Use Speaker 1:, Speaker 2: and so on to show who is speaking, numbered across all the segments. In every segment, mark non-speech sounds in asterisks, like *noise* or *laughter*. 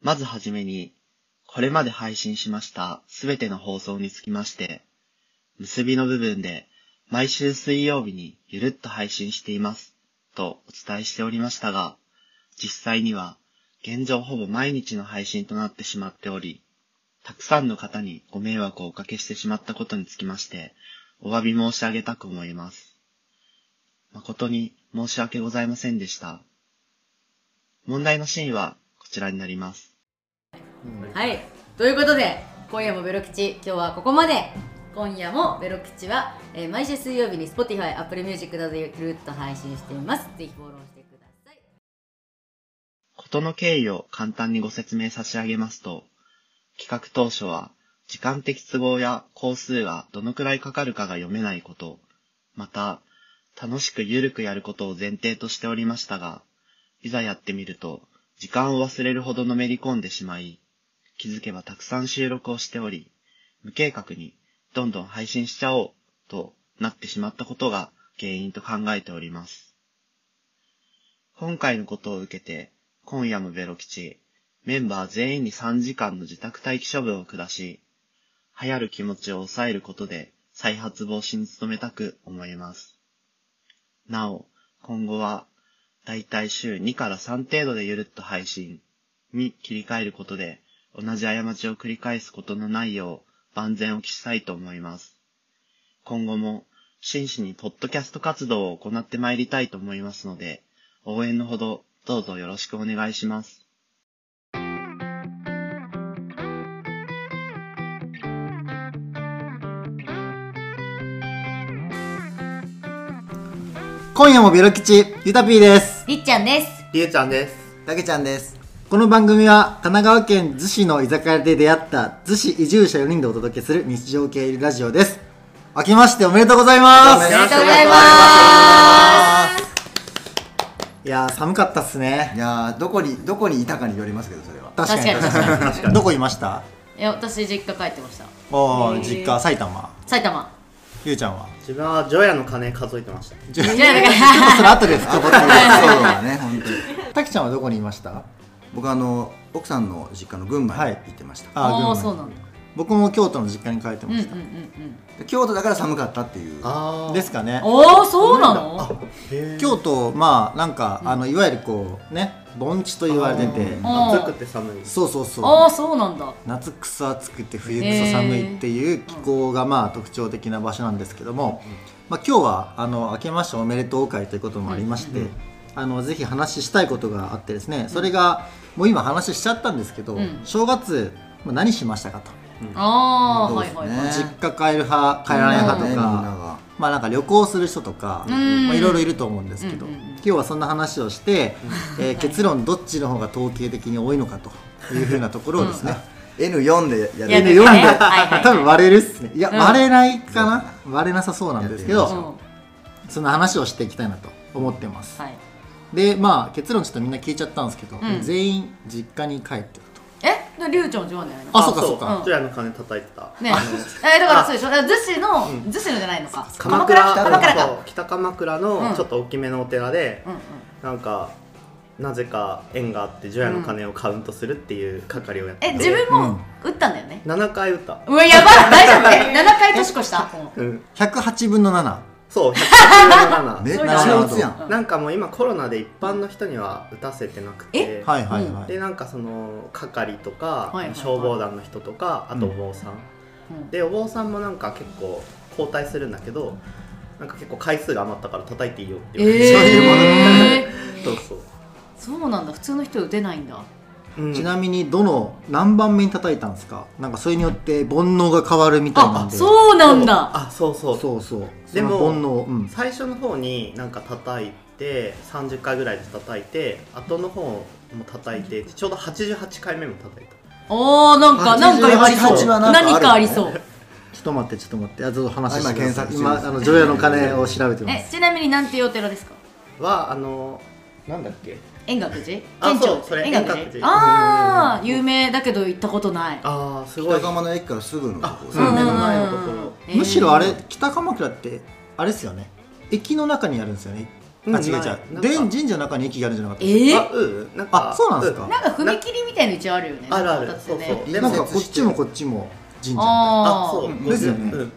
Speaker 1: まずはじめに、これまで配信しましたすべての放送につきまして、結びの部分で毎週水曜日にゆるっと配信していますとお伝えしておりましたが、実際には現状ほぼ毎日の配信となってしまっており、たくさんの方にご迷惑をおかけしてしまったことにつきまして、お詫び申し上げたく思います。誠に申し訳ございませんでした。問題のシーンはこちらになります。
Speaker 2: はい。ということで、今夜もベロ吉、今日はここまで。今夜もベロ吉は、えー毎週水曜日に Spotify、Apple Music などでゆるっと配信しています。ぜひフォローしてください。
Speaker 1: 事の経緯を簡単にご説明差し上げますと、企画当初は、時間的都合や工数がどのくらいかかるかが読めないこと、また、楽しくゆるくやることを前提としておりましたが、いざやってみると、時間を忘れるほどのめり込んでしまい、気づけばたくさん収録をしており、無計画にどんどん配信しちゃおうとなってしまったことが原因と考えております。今回のことを受けて、今夜もベロ吉、メンバー全員に3時間の自宅待機処分を下し、流行る気持ちを抑えることで再発防止に努めたく思います。なお、今後は、だいたい週2から3程度でゆるっと配信に切り替えることで、同じ過ちを繰り返すことのないよう万全を期したいと思います。今後も真摯にポッドキャスト活動を行ってまいりたいと思いますので、応援のほどどうぞよろしくお願いします。
Speaker 3: 今夜もベロ吉ゆたぴーです
Speaker 2: りっちゃんです。
Speaker 4: りえちゃんです。
Speaker 5: たけちゃんです。
Speaker 3: この番組は神奈川県逗子の居酒屋で出会った逗子移住者4人でお届けする日常系ラジオです明けましておめでとうございま
Speaker 2: お
Speaker 3: す
Speaker 2: めでとうございま
Speaker 3: いやー寒かったっすね
Speaker 5: いやーどこにどこにいたかによりますけどそれは。
Speaker 3: 確かに
Speaker 2: 確かに確かに確か
Speaker 3: どこいました
Speaker 2: す。え、私、実家帰ってました。
Speaker 3: お
Speaker 2: へ
Speaker 3: ー
Speaker 2: ー
Speaker 3: 実家埼玉
Speaker 2: 埼玉。
Speaker 3: ゆうちゃんは
Speaker 4: 自分はジョヤの鐘数えてました。
Speaker 3: ちょっと
Speaker 2: じゃあだか *laughs*
Speaker 3: それ後で深掘ってみ
Speaker 5: そう
Speaker 3: ま
Speaker 5: だね本当に。
Speaker 3: すたきちゃんはどこにいました
Speaker 5: 僕あの奥さんの実家の群馬
Speaker 3: は
Speaker 5: に
Speaker 3: い
Speaker 5: 行ってました。
Speaker 3: あー群
Speaker 2: ら。
Speaker 3: 馬
Speaker 2: あ、そうなんだ。
Speaker 3: 僕も京都の実家に帰って
Speaker 2: うんうん
Speaker 3: ま
Speaker 2: う
Speaker 3: し
Speaker 2: ん
Speaker 3: た、
Speaker 2: うん。
Speaker 5: で京都だから寒かったっていう。
Speaker 4: あ
Speaker 3: ですかね
Speaker 2: おお、そうなの。
Speaker 3: 京都まあなんか、あのいわゆるこうね盆地と言われてて
Speaker 2: あー
Speaker 4: 暑くて寒い。
Speaker 3: そうそうそう
Speaker 2: ああ、そうなんだ。
Speaker 3: 夏くそ暑くて冬くそ寒いっていう気候がまあ特徴的な場所なんですけども、まあ、今日はあの明けましておめでとう会ということもありまして、あのぜひ話したいことがあってですねそれがもう今話しちゃったんですけど、
Speaker 2: うん
Speaker 3: 正月まあ何しましたかと
Speaker 2: ああ、
Speaker 5: そう
Speaker 2: は
Speaker 5: で
Speaker 2: い
Speaker 5: す
Speaker 2: はい
Speaker 5: ね
Speaker 2: はい。
Speaker 3: 実家帰る派帰らない派と
Speaker 5: みん
Speaker 3: か、
Speaker 5: なが
Speaker 3: まあ、なんか旅行する人とか
Speaker 2: うん
Speaker 3: まあいろいろいると思うんですけど、
Speaker 2: うんうんうん
Speaker 3: 今日はそんな話
Speaker 2: *laughs*
Speaker 3: をして、えー結論どっちの方が統計的に多いのかというふうなところをですね、
Speaker 5: N4 でやる。
Speaker 2: やる
Speaker 3: N4 で、
Speaker 2: はいはいはい
Speaker 3: 多分割れるっすねいや、
Speaker 2: うん
Speaker 3: 割れないかな割れなさそうなんですけど、
Speaker 5: やって
Speaker 2: う
Speaker 5: み
Speaker 2: ん。
Speaker 3: その話をしていきたいなと思ってます、
Speaker 2: はい。
Speaker 3: でまあ結論ちょっとみんな聞いちゃったんですけど、
Speaker 2: うん
Speaker 3: 全員実家に帰ってる
Speaker 2: え、で、りゅうちゃん、じゃないの
Speaker 3: あ。そうかそうか
Speaker 2: うん
Speaker 4: ジョヤの鐘叩いてた。
Speaker 2: ね、えだからそうでしょ、逗子の、逗子のじゃないのか。 *laughs* 鎌倉、鎌倉
Speaker 4: そ
Speaker 2: か。
Speaker 4: う北鎌倉
Speaker 2: うん
Speaker 4: のちょっと大きめのお寺で、
Speaker 2: うんうん。
Speaker 4: なんかなぜか縁があってジョヤの鐘をカウントするっていう係をやってて。
Speaker 2: え、自分も打ったんだよね。
Speaker 4: 七回打った。
Speaker 2: うわ、やばい、大丈夫。え、七回年越した。
Speaker 4: うん。
Speaker 3: と108分の7
Speaker 2: *laughs*
Speaker 4: そう。187
Speaker 5: めっち
Speaker 2: なる
Speaker 5: ゃ
Speaker 2: ほ
Speaker 5: 打
Speaker 3: ど
Speaker 5: つやん。
Speaker 4: なんかもう今コロナで一般の人には打たせてなくて。
Speaker 2: え
Speaker 3: はいはいはい、
Speaker 4: でなんかその係とか、
Speaker 2: はいはいはい
Speaker 4: 消防団の人とかあとお坊さん、
Speaker 2: うん
Speaker 4: でお坊さんもなんか結構交代するんだけどなんか結構回数が余ったから叩いていいよって
Speaker 2: え
Speaker 4: 言われて、
Speaker 2: えー。
Speaker 4: そうそう、
Speaker 2: そうなんだ、普通の人打てないんだ。
Speaker 4: うん、
Speaker 3: ちなみにどの何番目に叩いたんですかなんかそれによって煩悩が変わるみたいなん
Speaker 2: あ、
Speaker 3: でう
Speaker 2: そうなんだ。
Speaker 4: あそうそう
Speaker 3: そうそう
Speaker 4: でも
Speaker 3: その煩悩、うん、
Speaker 4: 最初の方になんか叩いて30回ぐらいで叩いて後の方も叩いてちょうど88回目も叩いた
Speaker 2: おお、なんか、なんかありそう。
Speaker 5: 88はなんかある
Speaker 2: 何かありそう。
Speaker 3: ちょっと待ってちょっと待ってあちょっと話して
Speaker 5: 今検索中
Speaker 3: 今あの除夜の鐘を調べてま
Speaker 2: え、
Speaker 3: す
Speaker 2: ちなみに、なんていうお寺ですか。
Speaker 4: はあのなんだっけ
Speaker 2: 円覚寺。
Speaker 4: あ
Speaker 2: 建長
Speaker 4: そうそれ
Speaker 2: 円覚
Speaker 4: 円覚
Speaker 2: 寺。
Speaker 4: 寺
Speaker 2: ああ、有名だけど、行ったことない。
Speaker 4: ああすごい
Speaker 5: 北釜の駅からすぐのとこ
Speaker 4: あ
Speaker 5: ろ。
Speaker 4: そう目の前のところ
Speaker 2: うん
Speaker 3: むしろあれ北鎌倉ってあれですよね駅の中にあるんですよね
Speaker 1: うん
Speaker 3: あ違う違
Speaker 1: ないうなんか
Speaker 3: で神社の中に駅があるんじゃなかった
Speaker 2: え
Speaker 1: あ
Speaker 2: ー、
Speaker 1: うんなんか
Speaker 3: あそうなんです
Speaker 2: な
Speaker 3: か
Speaker 2: んか踏切みたいの一応あるよね
Speaker 1: あるある
Speaker 2: だってね
Speaker 1: そうそう
Speaker 5: え
Speaker 3: なんかこっちもこっちも神社
Speaker 1: あ
Speaker 2: あー
Speaker 1: そう
Speaker 5: うん
Speaker 1: 50
Speaker 5: ですよね
Speaker 1: うんは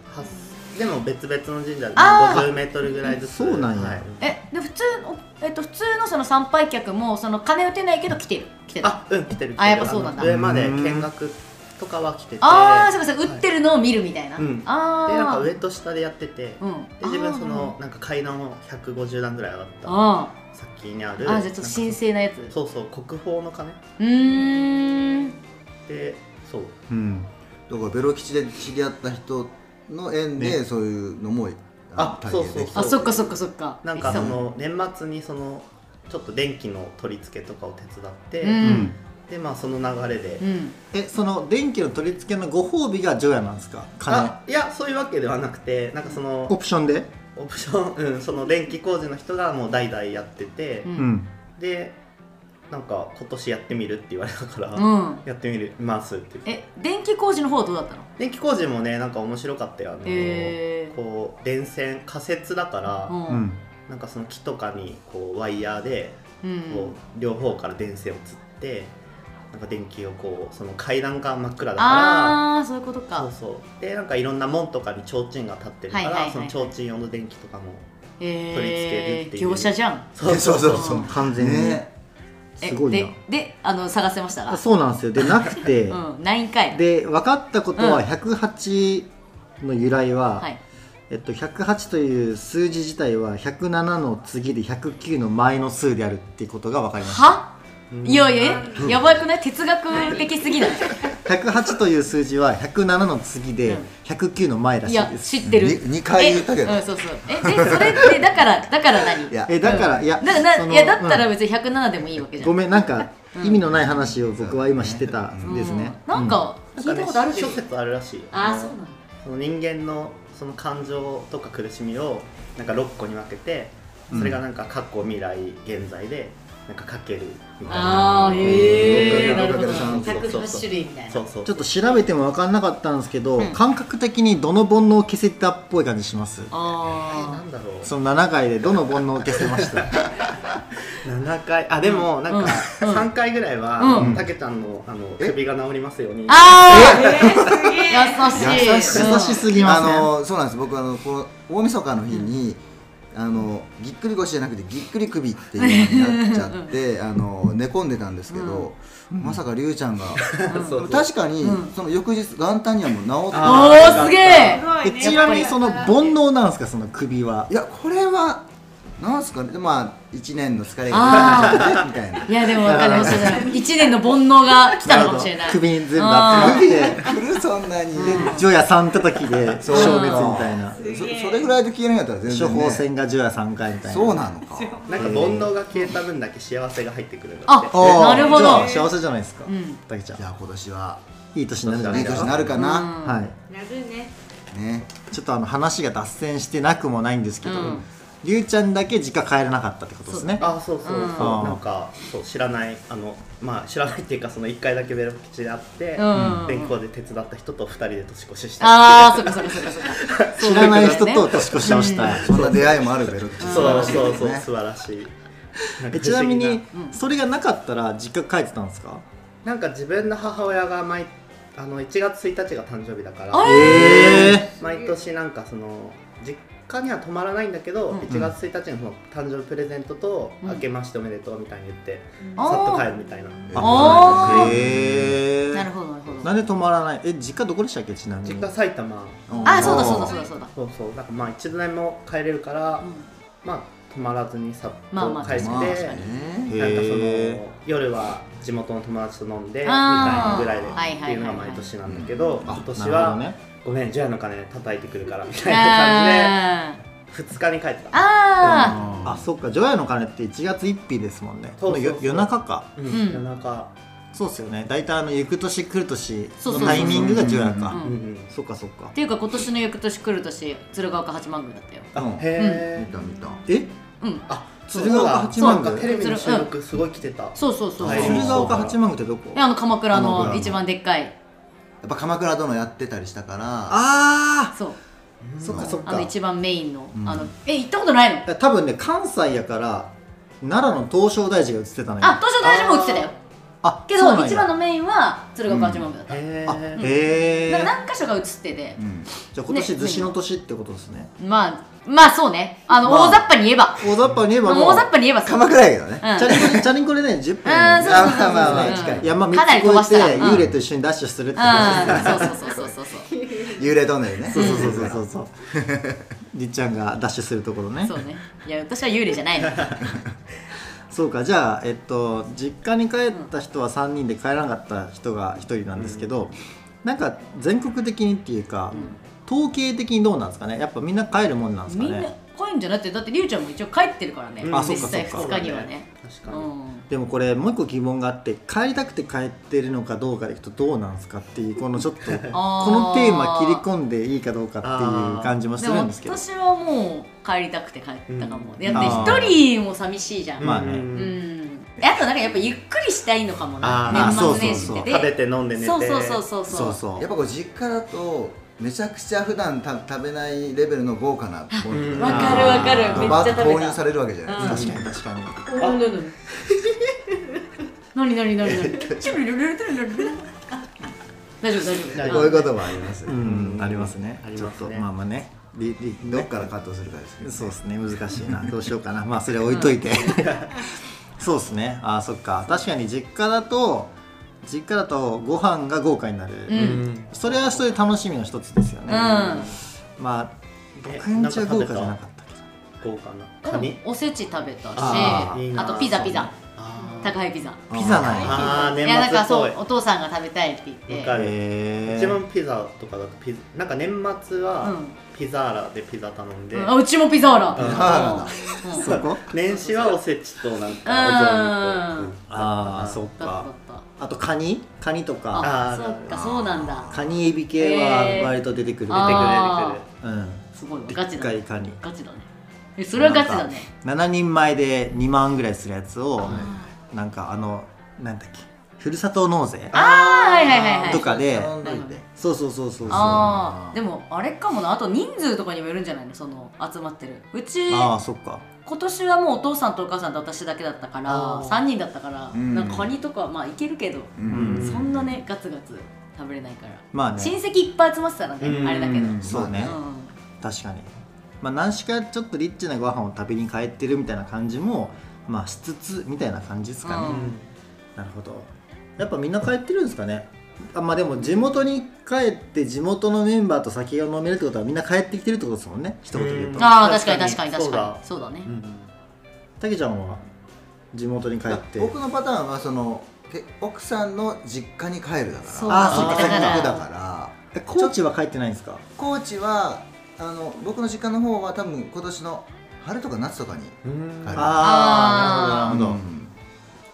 Speaker 1: でも別々の神社で
Speaker 2: あー
Speaker 1: 50メートルぐらいずつ
Speaker 3: そうなんや
Speaker 1: はい
Speaker 2: えで普通のえっと普通のその参拝客もその金打てないけど来てる来てる
Speaker 1: あうん来てる来てる
Speaker 2: あやっぱそうなんだ
Speaker 1: あの上まで見学とかは来てて
Speaker 2: あーそうかそうか打ってるのを見るみたいな、
Speaker 1: うん
Speaker 2: ああ
Speaker 1: でなんか上と下でやってて、
Speaker 2: うん
Speaker 1: で自分その
Speaker 2: あ
Speaker 1: なんか階段を150段ぐらい上がった
Speaker 2: あ
Speaker 1: 先にあ
Speaker 2: ー
Speaker 1: る
Speaker 2: あーじゃあちょっと神聖なやつ
Speaker 1: なんかそうそう国宝の鐘
Speaker 2: うーん
Speaker 1: でそう
Speaker 3: うん
Speaker 5: だからベロ吉で知り合った人の縁で、そういうのも
Speaker 1: あ
Speaker 5: の体験でき
Speaker 1: そう
Speaker 2: あそっかそっかそっか
Speaker 1: なんか
Speaker 2: そ
Speaker 1: そうの年末にそのちょっと電気の取り付けとかを手伝って、
Speaker 2: う
Speaker 3: うんん
Speaker 1: でまあその流れで、
Speaker 2: うん
Speaker 3: えその電気の取り付けのご褒美が除夜なんですか金
Speaker 1: あいやそういうわけではなくてなんかその
Speaker 3: オプションで
Speaker 1: オプション、うん、 *laughs* その電気工事の人がもう代々やってて、
Speaker 2: う
Speaker 3: うんん
Speaker 1: でなんか今年やってみるって言われたから、
Speaker 2: うん
Speaker 1: やってみるますって
Speaker 2: え電気工事の方はどうだったの
Speaker 1: 電気工事もねなんか面白かったよあの、
Speaker 2: へー
Speaker 1: こう電線仮設だから、
Speaker 2: う
Speaker 3: うんん
Speaker 1: なんかその木とかにこうワイヤーで
Speaker 2: う
Speaker 1: こ
Speaker 2: ん
Speaker 1: う両方から電線をつってなんか電気をこうその階段が真っ暗だか
Speaker 2: ああそういうこと
Speaker 1: らそう
Speaker 2: か
Speaker 1: そうでなんかいろんな門とかに提灯が立ってるから、
Speaker 2: はいはいはい
Speaker 1: その提灯用の電気とかも取り付ける
Speaker 2: え
Speaker 1: っ
Speaker 2: え
Speaker 1: ていう
Speaker 2: 業者じゃん
Speaker 5: *laughs* そうそうそう
Speaker 2: そう
Speaker 3: 完全に
Speaker 5: ね
Speaker 2: え
Speaker 3: すごい
Speaker 2: で
Speaker 3: な
Speaker 2: であの探せました
Speaker 3: あ
Speaker 2: ら
Speaker 3: そうなんですよでなくて
Speaker 2: うんないんかい
Speaker 3: で分かったこと
Speaker 2: うん
Speaker 3: は108の由来は、
Speaker 2: はい
Speaker 3: えっと、108という数字自体は107の次で109の前の数であるっていうことが分かりました
Speaker 2: はいやいややばくない哲学的すぎない
Speaker 3: 108という数字は107の次で
Speaker 2: うん
Speaker 3: 109の前らし
Speaker 2: い
Speaker 3: い
Speaker 2: や
Speaker 3: です、
Speaker 2: 知ってる
Speaker 5: に二回言ったけど
Speaker 2: えうんそうそうえでそれってだからだから何
Speaker 5: いや
Speaker 3: えだから、いや
Speaker 2: なな
Speaker 3: その
Speaker 2: いやだったら
Speaker 3: うん
Speaker 2: 別に107でもいいわけじゃん
Speaker 3: ごめんなんか
Speaker 2: うん
Speaker 3: 意味のない話を僕は今知ってたんですね、
Speaker 2: うんなんか
Speaker 1: なん
Speaker 2: 聞
Speaker 1: か
Speaker 2: いた
Speaker 1: ね
Speaker 2: ことあるけど
Speaker 1: 諸説あるらしいよ
Speaker 2: ああそうなんだ
Speaker 1: その人間のその感情とか苦しみをなんか6個に分けてそれがなんか過去未来現在でなんかかけるみたいな
Speaker 2: あーへえ
Speaker 5: うん
Speaker 2: なるほど
Speaker 5: そう
Speaker 1: そうそう
Speaker 2: 108種類みたいな
Speaker 1: そうそう
Speaker 3: ちょっと調べても分かんなかったんですけど、
Speaker 2: うん
Speaker 3: 感覚的にどの煩悩を消せたっぽい感じします
Speaker 1: な
Speaker 2: あ
Speaker 1: んだろう
Speaker 3: その7回でどの煩悩を消せま
Speaker 2: *laughs*
Speaker 3: した
Speaker 1: 7回あでもなんか
Speaker 2: うん
Speaker 1: 3回ぐらいは
Speaker 2: うん
Speaker 1: たけちゃんのあの首が治りますように
Speaker 2: ああー優しい
Speaker 5: 優しい
Speaker 2: うん
Speaker 3: 優しすぎません、
Speaker 5: あのそうなんです僕あのこの大晦日の日に、あのぎっくり腰じゃなくてぎっくり首っていうのになっちゃってあの寝込んでたんですけど、まさかりゅうちゃんが
Speaker 1: そうそう
Speaker 5: 確かに、
Speaker 2: うん
Speaker 5: その翌日元旦にはもう治って
Speaker 2: お
Speaker 1: あ
Speaker 5: た
Speaker 2: ーすげえ
Speaker 3: えちなみにその煩悩なんですかその首はい
Speaker 5: やこれはなんすかねでまあ1年の疲れ
Speaker 2: あ
Speaker 5: が出てきたねみたいない
Speaker 2: やでも分かるそうじゃない一年の煩悩が来たのかもしれない
Speaker 3: 首に全部あってて
Speaker 5: *laughs* 来るそんなに、
Speaker 3: 除夜3叩きで消滅みたいな
Speaker 5: そそれぐらいで消えなかったら全
Speaker 3: 処
Speaker 5: 然、ね、
Speaker 3: 方箋が除夜3回みたいな
Speaker 5: そうなのか
Speaker 1: なんか煩悩が消えた分だけ幸せが入ってくるんだっ
Speaker 2: あ
Speaker 1: て
Speaker 3: あー
Speaker 2: なるほど
Speaker 3: じゃあ幸せじゃないですか
Speaker 2: うん
Speaker 3: たけちゃん
Speaker 5: じゃあ今年はい
Speaker 3: い年になるんじゃない
Speaker 5: い
Speaker 3: で
Speaker 5: い
Speaker 3: す
Speaker 5: 年
Speaker 3: か
Speaker 5: になるかな、
Speaker 2: うん
Speaker 3: はい
Speaker 6: なるね。
Speaker 5: ね
Speaker 3: ちょっとあの話が脱線してなくもないんですけど、
Speaker 2: うん
Speaker 3: りゅうちゃんだけ実家帰れなかったってことですね
Speaker 1: あそうそうそう、
Speaker 2: うん
Speaker 1: なんかそう知らないあのまあ知らないっていうかその1回だけベロ吉で会って、
Speaker 2: うん
Speaker 1: 電光で手伝った人と2人で年越しした
Speaker 2: ああそっかそっかそっかそっか
Speaker 3: 知らない人
Speaker 2: そううことですね
Speaker 3: 年越しをしたい、
Speaker 5: そんな出会いもあるベロッチ
Speaker 1: そうそうそう
Speaker 5: 素晴らしいですね
Speaker 1: 素晴らしいなんか
Speaker 3: えちなみ
Speaker 1: 不思議
Speaker 3: に
Speaker 2: うん
Speaker 3: それがなかったら実家帰ってたんですか
Speaker 1: ななんか自分の母親が毎あの1月1日が誕生日だから
Speaker 2: あ
Speaker 3: え
Speaker 2: れ
Speaker 3: え
Speaker 1: 毎年なんかその実家には泊まらないんだけど、
Speaker 2: うん
Speaker 1: 1月1日のその誕生日プレゼントと、
Speaker 2: うん
Speaker 1: 明けましておめでとうみたいに言って、
Speaker 2: あ
Speaker 1: さっと
Speaker 2: ー
Speaker 1: 帰るみたいな
Speaker 2: あー
Speaker 3: へえ
Speaker 2: なるほどなるほど
Speaker 3: なんで止まらないえ実家どこでしたっけちなみに
Speaker 1: 実家埼玉
Speaker 2: あーそうだそうだそうだそうだ
Speaker 1: そうそうなんかまあ一度でも帰れるから、まあ泊まらずにさっ
Speaker 2: まあまあ
Speaker 1: と帰って、
Speaker 5: まあ確かにね
Speaker 1: なんかそ
Speaker 3: へ
Speaker 1: の夜は地元の友達と飲んでみたいな
Speaker 2: あー
Speaker 1: ぐらいで
Speaker 2: はいはい
Speaker 1: っ
Speaker 2: はいは
Speaker 1: て
Speaker 2: い
Speaker 1: いうのが毎年なんだけど
Speaker 3: あ
Speaker 1: 今年
Speaker 3: なるほ
Speaker 1: は、
Speaker 3: どね
Speaker 1: ごめん除夜の鐘叩いてくるからみたいな
Speaker 2: あー
Speaker 1: 感じで2日に帰ってた
Speaker 2: あ
Speaker 3: あそっか除夜の鐘って1月1日ですもんね
Speaker 1: そうそうそう
Speaker 3: よ夜中か
Speaker 1: うん、
Speaker 2: ん
Speaker 1: 夜中、
Speaker 3: そうっすよね大体あの行く年来る年
Speaker 2: そうそう
Speaker 3: の
Speaker 2: そう
Speaker 3: タイミングが除夜か
Speaker 2: うん
Speaker 1: うんうん、
Speaker 3: そっかそっか
Speaker 2: っていうか今年の翌年来る年鶴岡八幡宮だったよ
Speaker 5: うん
Speaker 1: へえ
Speaker 5: 見、た見た
Speaker 3: え
Speaker 2: うん
Speaker 1: あ
Speaker 3: 鶴岡八
Speaker 1: そう
Speaker 3: 幡
Speaker 1: な
Speaker 3: 宮
Speaker 1: んかテレビの収録すごい来てた、
Speaker 2: そうそうそうそう、
Speaker 1: はい
Speaker 2: い
Speaker 3: 鶴岡八幡宮ってどこ
Speaker 2: やあの鎌倉
Speaker 5: 鎌
Speaker 2: の
Speaker 5: 倉の
Speaker 2: 一番でっかい
Speaker 5: やっぱ鎌倉殿やってたりしたから
Speaker 3: あ
Speaker 2: そう
Speaker 5: あ
Speaker 3: そっかそっ
Speaker 2: あ
Speaker 3: か
Speaker 2: の一番メインの,、
Speaker 5: うん
Speaker 2: あのえ行ったことないの
Speaker 3: 多分ね関西やから奈良の東照大寺が映ってたのよ
Speaker 2: あ東証大臣も映ってたよ
Speaker 3: あ
Speaker 2: け
Speaker 3: そうなん
Speaker 2: ど
Speaker 3: や
Speaker 2: 一番のメインは鶴岡八幡宮だった、
Speaker 1: へ
Speaker 3: あ
Speaker 1: え
Speaker 3: へ
Speaker 2: なん
Speaker 3: え
Speaker 2: か何か所が映ってて、
Speaker 3: じゃあ今年逗子の年ってことですね
Speaker 2: まあまあそうねあの、
Speaker 3: まあ
Speaker 2: 大雑把に言えば
Speaker 3: 大雑把に言えば
Speaker 2: まあ
Speaker 3: もう
Speaker 2: 大雑把に言えばそう
Speaker 5: 鎌倉やけどね
Speaker 2: うん
Speaker 3: チャリンコチャリンコでね10分
Speaker 2: あーそうそうそうそう
Speaker 5: あまあまあ
Speaker 2: うん
Speaker 5: 近い
Speaker 3: 山
Speaker 2: かなり飛
Speaker 3: 3
Speaker 2: ば
Speaker 3: つ
Speaker 2: し
Speaker 3: 越
Speaker 2: た
Speaker 3: え
Speaker 2: ら
Speaker 3: て
Speaker 2: うん
Speaker 3: 幽霊と一緒にダッシュするってことですね
Speaker 2: うんそうそうそうそうそうそう
Speaker 5: 幽霊トンネルね
Speaker 3: そうそうそうそうそうりっちゃんがダッシュするところね
Speaker 2: そうねいや私は幽霊じゃ
Speaker 3: *laughs*
Speaker 2: ないの
Speaker 3: そうかじゃあえっと実家に帰った人は3人で帰らなかった人が1人なんですけど、なんか全国的にっていうか、統計的にどうなんですかねやっぱみんな帰るもんなんですか
Speaker 2: みんな
Speaker 3: ね
Speaker 2: 帰んじゃなくてだってりゅうちゃんも一応帰ってるからね、
Speaker 1: うんあそ
Speaker 2: 実
Speaker 1: っか
Speaker 2: 際
Speaker 3: そっ
Speaker 2: 2
Speaker 3: か
Speaker 2: 日にはね
Speaker 1: 確
Speaker 2: う
Speaker 1: かに
Speaker 2: ん
Speaker 3: でもこれもう一個疑問があって帰りたくて帰ってるのかどうかでいくとどうなんですかっていうこの
Speaker 5: *laughs*
Speaker 3: ちょっとこ
Speaker 2: あー
Speaker 3: のテーマ切り込んでいいかどうかっていう感じもす
Speaker 2: で
Speaker 3: る
Speaker 2: も
Speaker 3: んですけど
Speaker 2: 私はもう帰りたくて帰ったかも、
Speaker 1: う
Speaker 2: だって一人も寂しいじゃん
Speaker 3: まあね
Speaker 2: うんん、あとなんかやっぱゆっくりしたいのかもな
Speaker 1: あー
Speaker 2: 年末年始って
Speaker 3: あーそ
Speaker 2: で
Speaker 3: うそうそう
Speaker 1: 食べて飲んで寝て
Speaker 2: そうそうそうそう
Speaker 3: そうそう
Speaker 5: やっぱこう実家だとめちゃくちゃ普段た食べないレベルの豪華なもの
Speaker 2: わ
Speaker 5: が
Speaker 2: かるわかる
Speaker 3: あー
Speaker 2: めっ
Speaker 5: バ
Speaker 2: ち
Speaker 5: ー
Speaker 2: ゃ
Speaker 5: ッと
Speaker 2: 食
Speaker 5: 購
Speaker 2: べ
Speaker 5: 入さ
Speaker 2: た
Speaker 5: れるわけじゃないですか
Speaker 3: 確かに確かに
Speaker 2: うんうんうん何何何何大丈夫大丈夫
Speaker 5: こういうこともあります、
Speaker 3: うん、ありますね。
Speaker 1: あり
Speaker 3: ちょ
Speaker 1: ま
Speaker 3: っ
Speaker 1: す
Speaker 3: と
Speaker 1: ね
Speaker 3: まあまあね、りり
Speaker 5: どっからカットするかですけど
Speaker 3: そうですね、難しいな。どうしようかな。まあそれ置いといて。 *laughs* そうですね。あー、そっか。確かに実家だと実家だとご飯が豪華になる。
Speaker 2: う
Speaker 1: うんん
Speaker 3: それはそれで楽しみの一つですよね。
Speaker 2: うん
Speaker 3: まあ
Speaker 1: え
Speaker 3: 僕ん家は豪華じゃなかったけど。
Speaker 1: 豪華な
Speaker 2: で
Speaker 1: カ
Speaker 2: も
Speaker 1: ニ
Speaker 2: おせち食べたし
Speaker 3: あ
Speaker 2: あ
Speaker 1: ーいいな
Speaker 2: とピザピザ
Speaker 1: あー
Speaker 2: 宅配ピザ
Speaker 3: ピザない。へ
Speaker 1: あー
Speaker 2: いやなんかそ
Speaker 1: 年末っ
Speaker 2: う
Speaker 1: ぽい
Speaker 2: お父さんが食べたいって言っ
Speaker 1: わかる
Speaker 2: て
Speaker 3: え。
Speaker 1: 一番ピザとかだとピザなんか年末
Speaker 2: う
Speaker 1: は
Speaker 2: ん
Speaker 1: ピザーラでピザ頼んで、
Speaker 2: うんあうちもピザーラ
Speaker 1: うん
Speaker 5: ピザーラだ
Speaker 2: うんうん
Speaker 3: そこ？
Speaker 1: *laughs* 年始はおせちとなん
Speaker 2: う
Speaker 1: かお雑
Speaker 2: ん
Speaker 1: 煮と
Speaker 3: ああ、そっ
Speaker 2: だっただっ
Speaker 3: か。
Speaker 2: た
Speaker 3: あとカニ、カニとか、
Speaker 2: あ
Speaker 1: あー
Speaker 2: そっかそうなんだ
Speaker 3: カニエビ系は割と出てくる。
Speaker 2: あー
Speaker 1: 出てくれ出てくれ
Speaker 3: うん。
Speaker 2: すごいわ
Speaker 3: で
Speaker 2: ガチ
Speaker 3: っ
Speaker 2: だ
Speaker 3: かい
Speaker 2: ね
Speaker 3: カニ。
Speaker 2: ガチだねえそれはガチだね
Speaker 3: 7人前で2万ぐらいするやつを
Speaker 2: あ
Speaker 3: なんかあのなんだっけふるさと納税
Speaker 2: あーはいはいはいはい
Speaker 3: とかで
Speaker 5: 頼んどいて
Speaker 3: そうそうそうそうそう
Speaker 2: あ
Speaker 3: あ
Speaker 2: ーでもあれかもなあと人数とかにもよるんじゃないのその集まってるうち
Speaker 3: あーそっか
Speaker 2: 今年はもうお父さんとお母さんと私だけだったから
Speaker 1: あー
Speaker 2: 3人だったから
Speaker 5: うん
Speaker 2: なんかカニとかはまあいけるけど
Speaker 5: うん
Speaker 2: そんなねガツガツ食べれないから
Speaker 3: まあね
Speaker 2: 親戚いっぱい集まってたら
Speaker 1: うん
Speaker 2: ねあれだけど
Speaker 5: うん
Speaker 3: そうね
Speaker 2: う
Speaker 3: 確かにまあ何しかちょっとリッチなご飯を食べに帰ってるみたいな感じもまあしつつみたいな感じですかね、
Speaker 2: うん
Speaker 3: なるほどやっぱみんな帰ってるんですかねあまあでも地元に帰って地元のメンバーと酒を飲めるってことはみんな帰ってきてるってことですもんね一言で言うと
Speaker 1: うん
Speaker 2: んああ
Speaker 1: 確
Speaker 2: 確か
Speaker 1: か
Speaker 2: に
Speaker 1: に
Speaker 2: 確かに確
Speaker 1: そう
Speaker 2: か
Speaker 1: だ
Speaker 2: にそうだね
Speaker 1: うん
Speaker 3: たけちゃんは地元に帰って
Speaker 5: 僕のパターンはそのけ奥さんの実家に帰るだから
Speaker 2: そう
Speaker 3: あーそっか
Speaker 5: せっか
Speaker 2: そっか
Speaker 5: くだから
Speaker 3: え高知は帰ってないんですか
Speaker 5: 高知はあの僕の実家の方は多分今年の春とか夏とかに
Speaker 1: うん
Speaker 5: はい
Speaker 2: あ
Speaker 3: ーなるほどなるほど、
Speaker 5: うん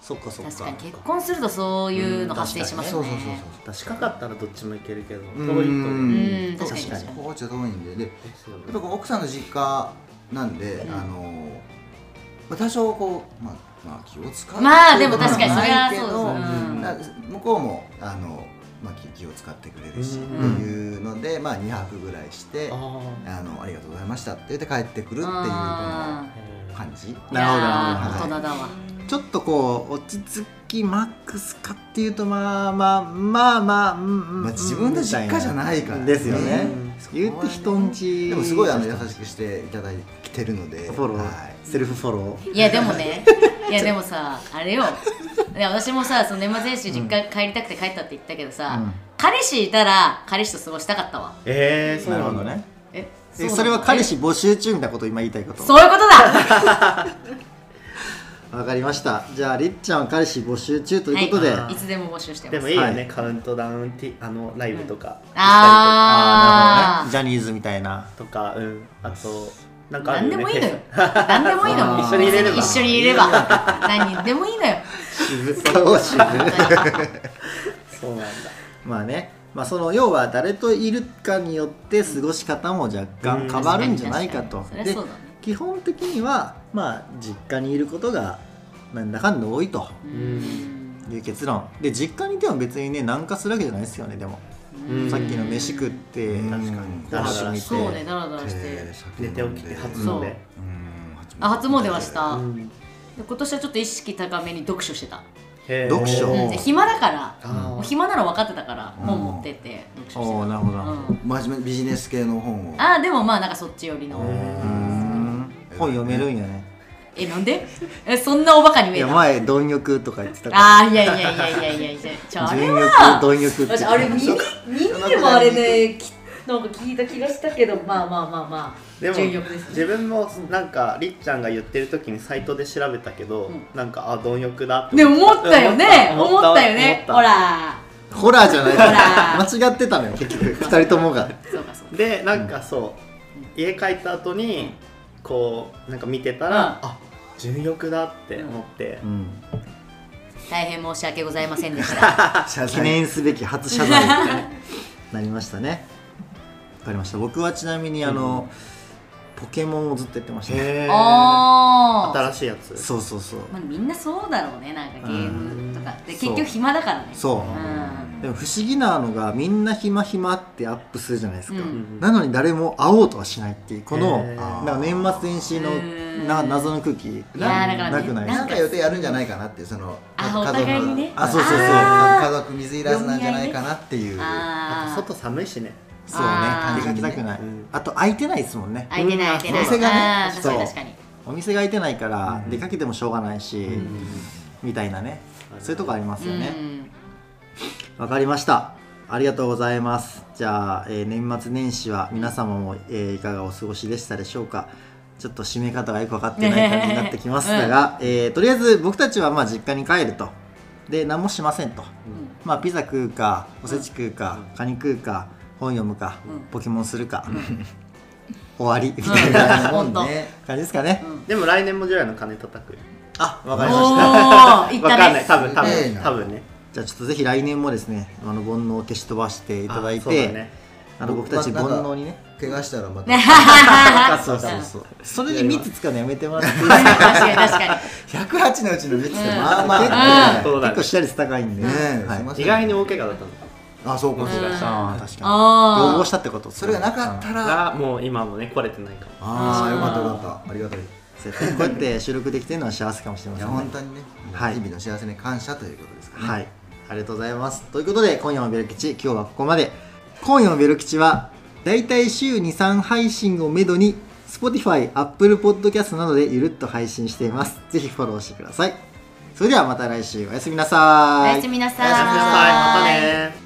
Speaker 3: そっかそっか
Speaker 2: 確かに結婚するとそういうの発生します
Speaker 5: そう
Speaker 2: よ
Speaker 5: そうそうそう
Speaker 2: ね
Speaker 3: 確
Speaker 1: 近
Speaker 3: か
Speaker 1: かったらどっちも行けるけど遠いと
Speaker 5: うん
Speaker 2: うん確かに
Speaker 3: 確か
Speaker 2: 確かに
Speaker 5: 高知は遠いんででや
Speaker 1: ですよね
Speaker 5: っぱこう奥さんの実家なんで、
Speaker 2: うん
Speaker 5: あのまあ多少こうまあまあ気を使う
Speaker 2: まあでも確かに
Speaker 5: ま
Speaker 2: そ
Speaker 5: あ
Speaker 2: れは
Speaker 5: ないけ
Speaker 2: そう
Speaker 5: ど
Speaker 2: だ
Speaker 5: な向こうもあの、まあ、気気を使ってくれるしって
Speaker 1: うん
Speaker 5: いうので、まあ、2泊ぐらいしてあ
Speaker 1: あ
Speaker 5: のありがとうございましたって言って帰ってくるっていうこの
Speaker 2: あー
Speaker 5: 感じ
Speaker 2: いや
Speaker 3: な
Speaker 5: るほど
Speaker 2: ー
Speaker 5: なるほど
Speaker 2: 大人だわ
Speaker 3: ちょっとこう落ち着きマックスかっていうとまあまあまあまあ、うんうん
Speaker 5: まあ自分の実家じゃないからね
Speaker 3: ですよ
Speaker 1: う
Speaker 3: ね
Speaker 1: ん
Speaker 3: 言って人んち
Speaker 5: でもすごいあの優しくしていただいてるので
Speaker 3: フォロー、
Speaker 5: はい
Speaker 3: セルフフォロー
Speaker 2: いやでもねいやでもさあれよいや私もさその年末年始実家帰りたくて帰ったって言ったけどさ、
Speaker 3: うん
Speaker 2: 彼氏いたら彼氏と過ごしたかったわ
Speaker 1: えー、そう
Speaker 3: なる
Speaker 1: な
Speaker 3: ほ
Speaker 1: ん
Speaker 3: ど
Speaker 1: だ
Speaker 3: ね
Speaker 2: え
Speaker 3: えそれは彼
Speaker 2: え
Speaker 3: 氏募集中みたいなことを今言いたいこと
Speaker 2: そういうことだ
Speaker 3: わかりましたじゃありっちゃんは彼氏募集中ということで、
Speaker 1: はい
Speaker 2: つでも募集してます
Speaker 1: でもいいよね、
Speaker 3: はい
Speaker 1: カウントダウンティあのライブとか、行ったりとか
Speaker 3: ああ
Speaker 2: あ
Speaker 3: なるほどね
Speaker 2: ー
Speaker 3: ジャニーズみたいな
Speaker 1: とか、うん、あと、なんかあ
Speaker 2: 何
Speaker 1: る
Speaker 2: で
Speaker 1: よね、
Speaker 2: もいいのよ何でもいいの
Speaker 3: あー
Speaker 1: 一緒にいれれば
Speaker 2: 一緒にいれば何でもいいのよ
Speaker 3: 渋さを渋
Speaker 1: *laughs* そうなんだ。
Speaker 3: まあね、まあ、その要は誰といるかによって過ごし方も若干変わるんじゃないかと、
Speaker 2: 確かに
Speaker 3: で
Speaker 2: 確かにそりゃそうだね
Speaker 3: 基本的にはまあ実家にいることがなんだかんだ多いと
Speaker 2: うん
Speaker 3: いう結論で実家にいても別にね南下するわけじゃないですよねでも
Speaker 2: うん
Speaker 3: さっきの飯食って
Speaker 5: うん
Speaker 3: 確かにご飯見て
Speaker 2: そうねダラダラして
Speaker 1: 寝て起きて初
Speaker 2: そう
Speaker 1: 詣
Speaker 5: うん
Speaker 2: あ初詣はし
Speaker 1: う
Speaker 2: た
Speaker 1: ん
Speaker 2: で今年はちょっと意識高めに読書してた、
Speaker 1: へー
Speaker 5: 読書
Speaker 2: うんで暇だから
Speaker 1: あ
Speaker 2: もう
Speaker 1: ー
Speaker 2: 暇なの分かってたから
Speaker 5: うん
Speaker 2: 本持ってって読書して
Speaker 3: お
Speaker 2: た
Speaker 3: おなるほどなるほど
Speaker 2: うん
Speaker 5: 真面目ビジネス系の本を
Speaker 2: あーでもまあなんかそっち寄りの
Speaker 3: うーん本読めるんやね
Speaker 2: えなんでえそんなおバカに見
Speaker 3: い
Speaker 2: え
Speaker 3: や
Speaker 2: た
Speaker 3: 前貪欲とか言ってたから
Speaker 2: あーいやいやいやいやいやいやちょあれ
Speaker 3: 純
Speaker 2: は
Speaker 3: 欲貪欲って
Speaker 2: 私あれ耳
Speaker 5: そう
Speaker 2: 耳でもあれねきなんか聞いた気がしたけどまあまあまあま
Speaker 1: で
Speaker 2: あ
Speaker 1: も
Speaker 2: 純欲ですね
Speaker 1: 自分もなんかりっちゃんが言ってる時にサイトで調べたけど、
Speaker 2: うん
Speaker 1: なんかあ貪欲だって
Speaker 2: ね思ったよね思ったよ
Speaker 1: 思
Speaker 2: ね
Speaker 1: った
Speaker 2: ほら
Speaker 3: ホラーじゃない
Speaker 2: ホ
Speaker 3: *laughs*
Speaker 2: ラ
Speaker 3: 間違ってたのよ結局2人ともが
Speaker 2: そうかそうか
Speaker 1: でなんかそう、家帰った後にこうなんか見てたら、あ純欲だって思って、
Speaker 3: うん
Speaker 2: 大変申し訳ございませんでした
Speaker 5: 謝
Speaker 3: 記
Speaker 5: 罪
Speaker 3: 念すべき初謝罪になりましたねわかりました僕はちなみにあの、ポケモンをずっとやってました、
Speaker 1: へー
Speaker 2: ああ
Speaker 1: 新しいやつ
Speaker 3: そうそうそう
Speaker 2: まあみんなそうだろうねなんかゲームとかって
Speaker 3: うん
Speaker 2: 結局暇だからね
Speaker 3: そうう、
Speaker 2: ん
Speaker 3: でも不思議なのがみんな暇暇ってアップするじゃないですか、
Speaker 2: うん
Speaker 1: うん
Speaker 3: なのに誰も会おうとはしないっていうこの
Speaker 1: へー
Speaker 3: なんか年末年始の
Speaker 2: うん
Speaker 3: な謎の空気
Speaker 2: いやーだから
Speaker 3: なくないです
Speaker 5: な
Speaker 3: か
Speaker 5: んか予定やるんじゃないかなっていうその
Speaker 2: あ
Speaker 5: 家
Speaker 2: お
Speaker 5: 族
Speaker 2: 互いにね
Speaker 5: あそうそうそう
Speaker 2: あー
Speaker 5: 家族水入らずなんじゃないかなっていう
Speaker 1: あ
Speaker 2: あ
Speaker 1: と
Speaker 2: あ
Speaker 1: 外寒いしね
Speaker 3: そうね
Speaker 2: あー
Speaker 3: 出かけたくない、
Speaker 1: うん
Speaker 3: あと空いてないですもんね
Speaker 2: 空いてない空いてない
Speaker 3: お店がね
Speaker 2: あー確かに
Speaker 3: そう
Speaker 2: 確かに
Speaker 3: お店が開いてないから
Speaker 1: うん
Speaker 3: 出かけてもしょうがないし、みたいなねそういうとこありますよね
Speaker 2: うん
Speaker 3: わ、かりましたありがとうございますじゃあ、えー年末年始は皆様も、えーいかがお過ごしでしたでしょうかちょっと締め方がよく分かってない感じになってきましたが、えーとりあえず僕たちはまあ実家に帰るとで何もしませんと、まあ、ピザ食うかおせち食うか、カニ食うか本読むか、
Speaker 2: うん
Speaker 3: ポケモンするか、 *laughs* 終わりみたいな
Speaker 5: もん
Speaker 2: 本当
Speaker 5: ね
Speaker 3: 感じですかね、
Speaker 2: うん
Speaker 1: でも来年もジュラの鐘叩くよ
Speaker 3: あわ
Speaker 2: お
Speaker 3: かりました
Speaker 2: ーいっ
Speaker 1: わ
Speaker 2: た
Speaker 1: かんない多分多分
Speaker 2: ね *laughs*
Speaker 5: すげえな
Speaker 1: 多分ね
Speaker 3: じゃあちょっとぜひ来年もですねあの煩悩を消し飛ばしていただい
Speaker 1: あそう
Speaker 3: て
Speaker 1: だ
Speaker 3: あ,、
Speaker 1: ね
Speaker 3: の僕たち煩悩にね
Speaker 5: 怪我したらまた
Speaker 3: そうそうそうそれで3つ使うのやめてもらっていい
Speaker 2: 確かに確か
Speaker 5: 108のうちの3つってまあま
Speaker 3: まあ
Speaker 5: あ
Speaker 1: そうだね
Speaker 3: 結構視打率高いんで、
Speaker 5: ねえ
Speaker 3: はい
Speaker 5: すいません
Speaker 1: 意外に大怪我だったの
Speaker 5: あそうかそうか
Speaker 3: ああ確かに
Speaker 2: あ
Speaker 3: 要
Speaker 2: あ
Speaker 3: 望したってこと
Speaker 5: それがなかったら
Speaker 1: がもう今もね壊れてないから
Speaker 5: ああよかったよかったありがたい
Speaker 3: 絶対こうやって収録できてるのは幸せかもしれま
Speaker 5: い
Speaker 3: せん
Speaker 5: や
Speaker 3: ね
Speaker 5: 本当にね
Speaker 3: はい
Speaker 5: 日々の幸せに感謝ということですかね
Speaker 3: はいありがとうございますということで今夜もベル吉今日はここまで今夜もベル吉はだいたい週23配信をめどに Spotify、Apple Podcast などでゆるっと配信していますぜひフォローしてくださいそれではまた来週おやすみなさ
Speaker 2: お
Speaker 3: ーい
Speaker 2: やすみなさ
Speaker 5: おやすみな
Speaker 1: はいまた
Speaker 2: ーい
Speaker 1: ね